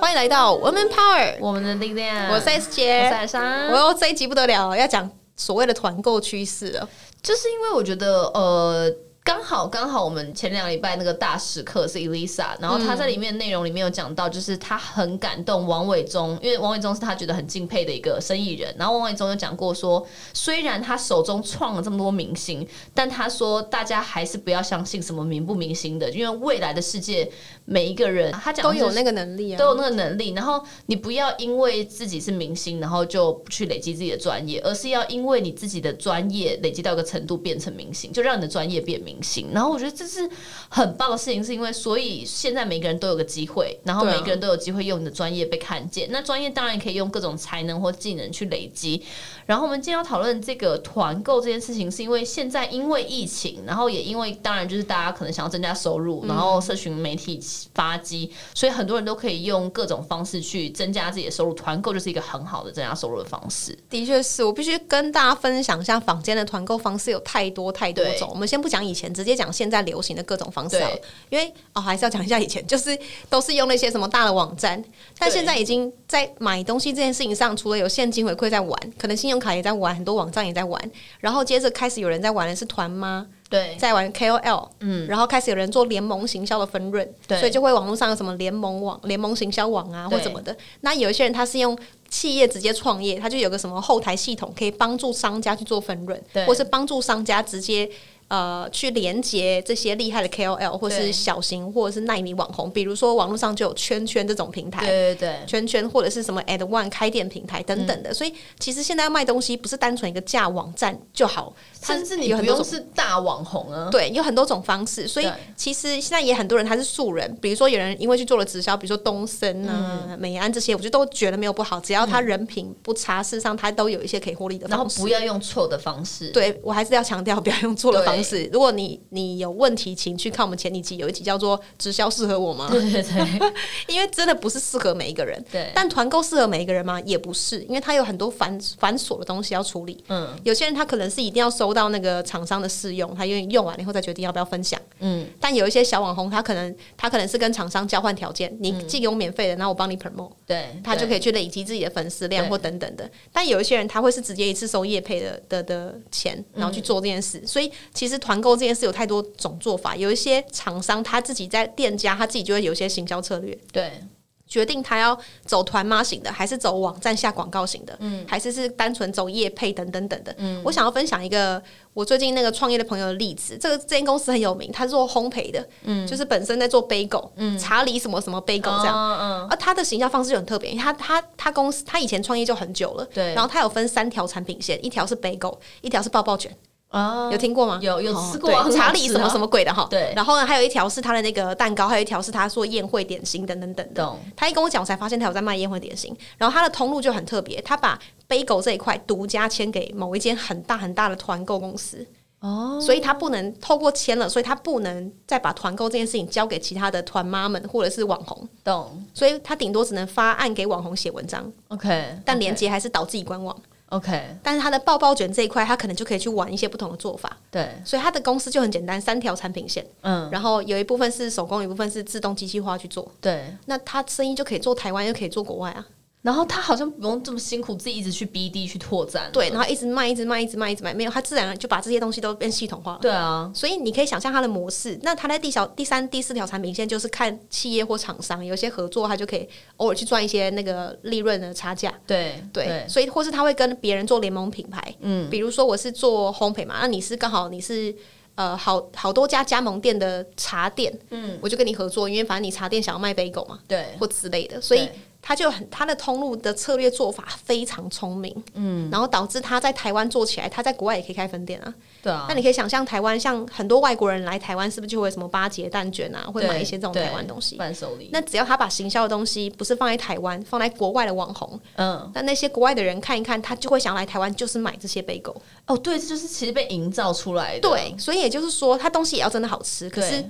欢迎来到 Woman Power，我们的力量，我是 S 嗯我是姐。艾莎我又这一集不得了，要讲所谓的团购趋势了。就是因为我觉得呃。刚好刚好，我们前两礼拜那个大时刻是 Elisa，然后她在里面内容里面有讲到，就是她很感动王伟忠，因为王伟忠是她觉得很敬佩的一个生意人。然后王伟忠有讲过说，虽然他手中创了这么多明星，但他说大家还是不要相信什么明不明星的，因为未来的世界每一个人他讲的都是有那个能力啊，都有那个能力。然后你不要因为自己是明星，然后就不去累积自己的专业，而是要因为你自己的专业累积到一个程度变成明星，就让你的专业变明星。然后我觉得这是很棒的事情，是因为所以现在每个人都有个机会，然后对啊每个人都有机会用你的专业被看见。那专业当然可以用各种才能或技能去累积。然后我们今天要讨论这个团购这件事情，是因为现在因为疫情，然后也因为当然就是大家可能想要增加收入，嗯然后社群媒体发迹，所以很多人都可以用各种方式去增加自己的收入。团购就是一个很好的增加收入的方式。的确是我必须跟大家分享一下，坊间的团购方式有太多太多对种。我们先不讲以前，直接讲现在流行的各种方式好了因对。为哦，还是要讲一下以前，就是都是用那些什么大的网站，但对现在已经在买东西这件事情上，除了有现金回馈在玩，可能信用卡也在玩，很多网站也在玩。然后接着开始有人在玩的是团妈，对在玩 KOL，嗯嗯，然后开始有人做联盟行销的分润，对所以就会网络上有什么联盟网、联盟行销网啊，或对什么的。那有一些人他是用企业直接创业，他就有个什么后台系统可以帮助商家去做分润对，或是帮助商家直接。呃，去连接这些厉害的 KOL 或对是小型或者是耐米网红，比如说网络上就有圈圈这种平台，对对对圈圈或者是什么 Ad One 开店平台等等的。嗯所以其实现在卖东西不是单纯一个架网站就好，它甚至你有不很多用种是大网红啊，对，有很多种方式，所以对其实现在也很多人他是素人，比如说有人因为去做了直销，比如说东森啊、嗯美安这些，我觉得都觉得没有不好，只要他人品不差，事实上他都有一些可以获利的然后方式。不要用错的方式。对我还是要强调，不要用错的方式。如果你你有问题，请去看我们前几集有一集叫做“直销适合我吗对对对”， 因为真的不是适合每一个人。对，但团购适合每一个人吗？也不是，因为它有很多繁繁琐的东西要处理。嗯有些人他可能是一定要收到那个厂商的试用，他因为用完了以后再决定要不要分享。嗯，但有一些小网红，他可能他可能是跟厂商交换条件，你嗯寄给我免费的，那我帮你 promote，对，他就可以以去累积自己的粉丝量对或等等的。但有一些人他会是直接一次收业配的的的钱，嗯然后去做这件事。所以其实团购这件事有太多种做法，有一些厂商他自己在店家他自己就会有一些行销策略。对决定他要走团妈型的，还是走网站下广告型的，嗯还是是单纯走业配等等等的，我想要分享一个我最近那个创业的朋友的例子，这个这间公司很有名，他是做烘焙的，嗯就是本身在做 bagel，、查理什么什么 bagel 这样，样，嗯而啊他的行销方式就很特别，因为他他他公司他以前创业就很久了，对然后他有分三条产品线，一条是 bagel，一条是抱抱卷，啊，有听过吗？有有哦吃过啊对很好查理什么吃啊什么鬼的哈，对然后呢，还有一条是他的那个蛋糕，还有一条是他做宴会点心等等等的。 懂他一跟我讲，我才发现他有在卖宴会点心。然后他的通路就很特别，他把 bagel 这一块独家签给某一间很大很大的团购公司，哦，所以他不能透过签了，所以他不能再把团购这件事情交给其他的团妈们或者是网红，懂所以他顶多只能发案给网红写文章， ，OK，但连接还是导自己官网。 OK，但是他的抱抱卷这一块，他可能就可以去玩一些不同的做法。对，所以他的公司就很简单，三条产品线，嗯，然后有一部分是手工，有一部分是自动机器化去做。对。那他生意就可以做台湾，又可以做国外啊。然后他好像不用这么辛苦，自己一直去 BD 去拓展。对，然后一直卖，一直卖，一直卖，一直卖，没有，他自然而然就把这些东西都变系统化了。对啊，所以你可以想象它的模式。那它在第小、第三、第四条产品线，就是看企业或厂商，有些合作，它就可以偶尔去赚一些那个利润的差价。对对，所以或是他会跟别人做联盟品牌，嗯，比如说我是做烘焙嘛，那你是刚好你是呃好好多家加盟店的茶店，嗯，我就跟你合作，因为反正你茶店想要卖 bagel 嘛，对或之类的，所以对他就很他的通路的策略做法非常聪明，嗯，然后导致他在台湾做起来，他在国外也可以开分店啊。对啊，那你可以想象台湾，像很多外国人来台湾，是不是就会有什么八节蛋卷啊，会对买一些这种对台湾东西？伴手礼。那只要他把行销的东西不是放在台湾，放在国外的网红，嗯，那那些国外的人看一看，他就会想来台湾，就是买这些杯狗。哦，对，这就是其实被营造出来的。啊对，所以也就是说，它东西也要真的好吃。可是对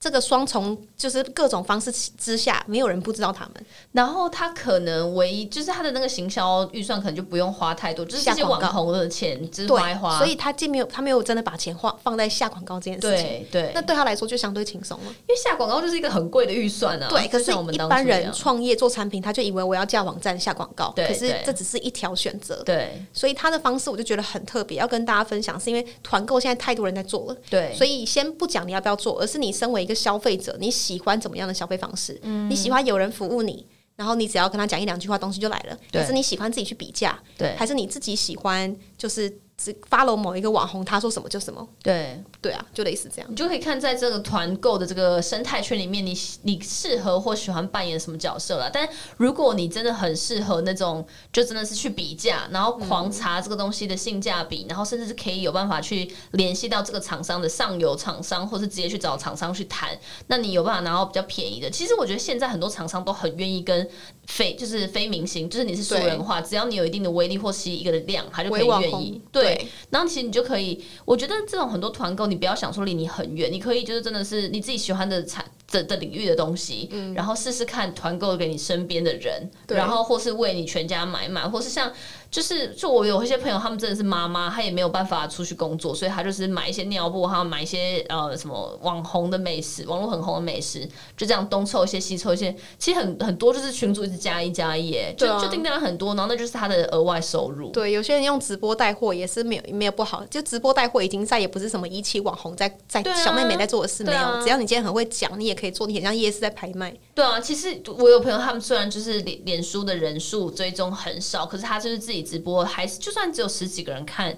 这个双重就是各种方式之下，没有人不知道他们。然后他可能唯一就是他的那个行销预算可能就不用花太多，就是这些下广网告红的钱只是花一对，花，所以他既没有他没有真的把钱花放在下广告这件事情，对对，那对他来说就相对轻松了。因为下广告就是一个很贵的预算啊，对，可就是像我们一当般初一人样创业做产品，他就以为我要架网站下广告，对可是对这只是一条选择。对所以他的方式我就觉得很特别，要跟大家分享，是因为团购现在太多人在做了。对，所以先不讲你要不要做，而是你身为一个消费者，你喜欢怎么样的消费方式？嗯你喜欢有人服务你，然后你只要跟他讲一两句话，东西就来了。对还是你喜欢自己去比价？对还是你自己喜欢就是只 follow 某一个网红，他说什么就什么？对，对啊，就类似这样。你就可以看在这个团购的这个生态圈里面，你你适合或喜欢扮演什么角色啦。但如果你真的很适合那种，就真的是去比价，然后狂查这个东西的性价比，然后甚至是可以有办法去联系到这个厂商的上游厂商，或是直接去找厂商去谈，那你有办法拿到比较便宜的。其实我觉得现在很多厂商都很愿意跟非就是非明星，就是你是素人化，只要你有一定的威力或吸引一个的量，他就可以为网愿意红，对。然后其实你就可以，我觉得这种很多团购，你不要想说离你很远，你可以就是真的是你自己喜欢的产的的领域的东西，然后试试看团购给你身边的人，嗯对然后或是为你全家买买，或是像就是就我有一些朋友，他们真的是妈妈，她也没有办法出去工作，所以她就是买一些尿布，还有买一些呃什么网红的美食，网络很红的美食，就这样东凑一些西凑一些，其实很很多就是群主一直加一加一，哎就、对啊就订单很多，然后那就是他的额外收入。对，有些人用直播带货也是没有没有不好，就直播带货已经再也不是什么一期网红在在对啊小妹妹在做的事，没对有。啊只要你今天很会讲，你也可以做，你很像夜市在拍卖。对啊，其实我有朋友，他们虽然就是脸脸书的人数追踪很少，可是他就是自己直播，还是就算只有十几个人看，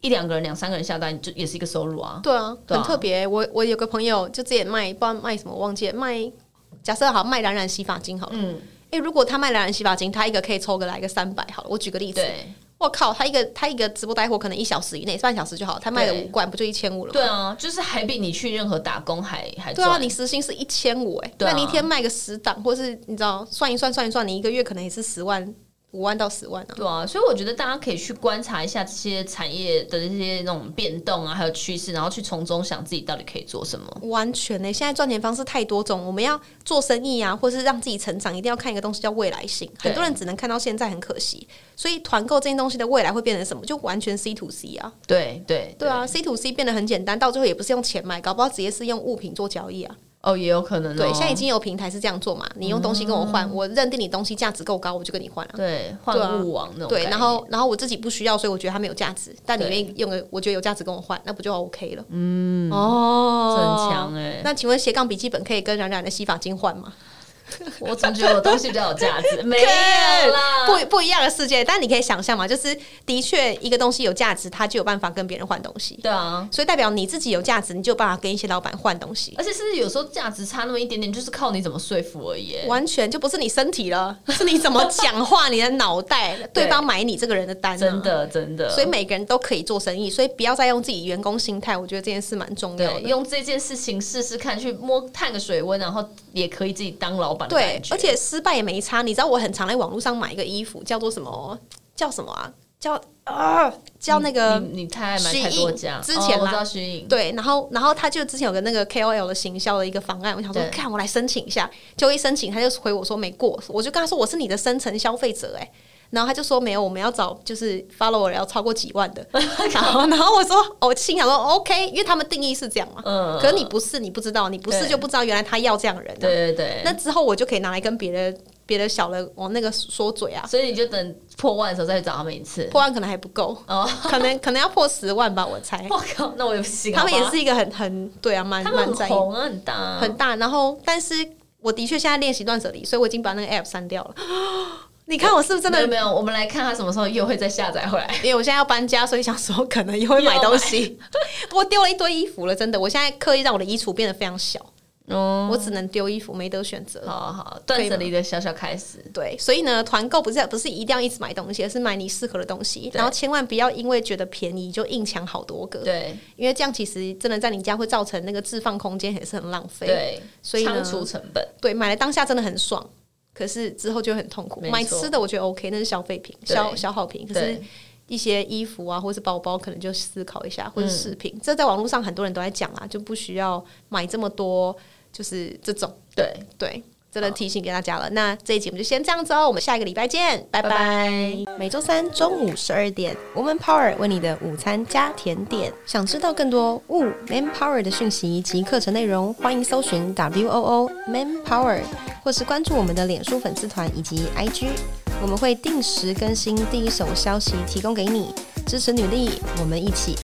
一两个人、两三个人下单，就也是一个收入啊。对啊，对啊很特别。我我有个朋友就之前卖，不知道卖什么，忘记了卖。假设好卖冉冉洗发精好了，嗯，哎、如果他卖冉冉洗发精，他一个可以抽个来个三百好了。我举个例子，对我靠，他一个他一个直播带货可能一小时以内，半小时就好，他卖了对五罐，不就一千五了吗？对啊，就是还比你去任何打工还还对啊，赚。你时薪是一千五哎，对啊那你一天卖个十档，或是你知道算一算算一算，你一个月可能也是十万五万到十万啊。对啊，所以我觉得大家可以去观察一下这些产业的这些那种变动啊，还有趋势，然后去从中想自己到底可以做什么。完全呢、欸现在赚钱方式太多种，我们要做生意啊，或是让自己成长，一定要看一个东西叫未来性。对很多人只能看到现在，很可惜。所以团购这件东西的未来会变成什么？就完全 C to C 啊，对对对啊，C to C 变得很简单，到最后也不是用钱买，搞不好直接是用物品做交易啊。哦，也有可能、哦。嗯对，现在已经有平台是这样做嘛，你用东西跟我换，我认定你东西价值够高，我就跟你换啊。对对啊换物网那种概对，念。然后然后我自己不需要，所以我觉得它没有价值，但你对愿意用个我觉得有价值跟我换，那不就 OK 了？嗯，这哦很强哎、那请问斜杠笔记本可以跟冉冉的洗发精换吗？我总觉得我东西比较有价 值，没有啦，不不一样的世界，但你可以想象嘛，就是的确一个东西有价值，它就有办法跟别人换东西，对啊。所以代表你自己有价值，你就有办法跟一些老板换东西，而且甚至有时候价值差那么一点点，就是靠你怎么说服而已耶。完全就不是你身体了，是你怎么讲话，你的脑袋，对方买你这个人的单、啊真。的，真的，所以每个人都可以做生意，所以不要再用自己员工心态，我觉得这件事蛮重要对，的。用这件事情试试看，去摸探个水温，然后也可以自己当老板的对感，觉。而且失败也没差。你知道我很常在网络上买一个衣服，叫做什么？叫什么啊？叫啊？叫那个你你太爱买徐太多颖家，之前哦我啦知道徐颖，对，然后然后他就之前有个那个 KOL 的行销的一个方案，我想说对，看我来申请一下，结果一申请他就回我说没过，我就跟他说我是你的深层消费者哎、然后他就说没有，我们要找就是 follower 要超过几万的， 然 后然后我说哦我心想说 OK，因为他们定义是这样嘛，嗯可是你不是你不知道，你不是对就不知道原来他要这样的人、啊，对对对。那之后我就可以拿来跟别的别的小的往那个说嘴啊，所以你就等破万的时候再去找他们一次。破万可能还不够，哦， 可能可能要破十万吧，我猜。我靠，那我也不行。他们好也吧是一个很很对啊，蛮他蛮们在很意的红啊，很大啊，很大。然后，但是我的确现在练习断舍离，所以我已经把那个 app 删掉了。 你看我是不是真没有的？没有，我们来看他什么时候又会再下载回来。因为我现在要搬家，所以想说可能也会买东西。 我丢了一堆衣服了，真的。我现在刻意让我的衣橱变得非常小，哦我只能丢衣服，没得选择。好好，断舍离的小小开始。对，所以呢，团购不是不是一定要一直买东西，而是买你适合的东西。然后千万不要因为觉得便宜就硬抢好多个，对因为这样其实真的在你家会造成那个置放空间也是很浪费。对，所以呢仓储成本。对，买了当下真的很爽，可是之后就很痛苦没。错买吃的我觉得 OK，那是消费品、对消消耗品，可是对。一些衣服啊，或是包包，可能嗯就思考一下，或者饰品，这在网络上很多人都在讲啊，就不需要买这么多就是这种，对，对，真的提醒给大家了。那这一节目就先这样子哦，我们下一个礼拜见，拜拜。拜。每周三中午十二点，Woman Power 为你的午餐加甜点。想知道更多 Wo Man Power 的讯息及课程内容，欢迎搜寻 W O O Man Power，或是关注我们的脸书粉丝团以及 IG，我们会定时更新第一手消息，提供给你支持女力，我们一起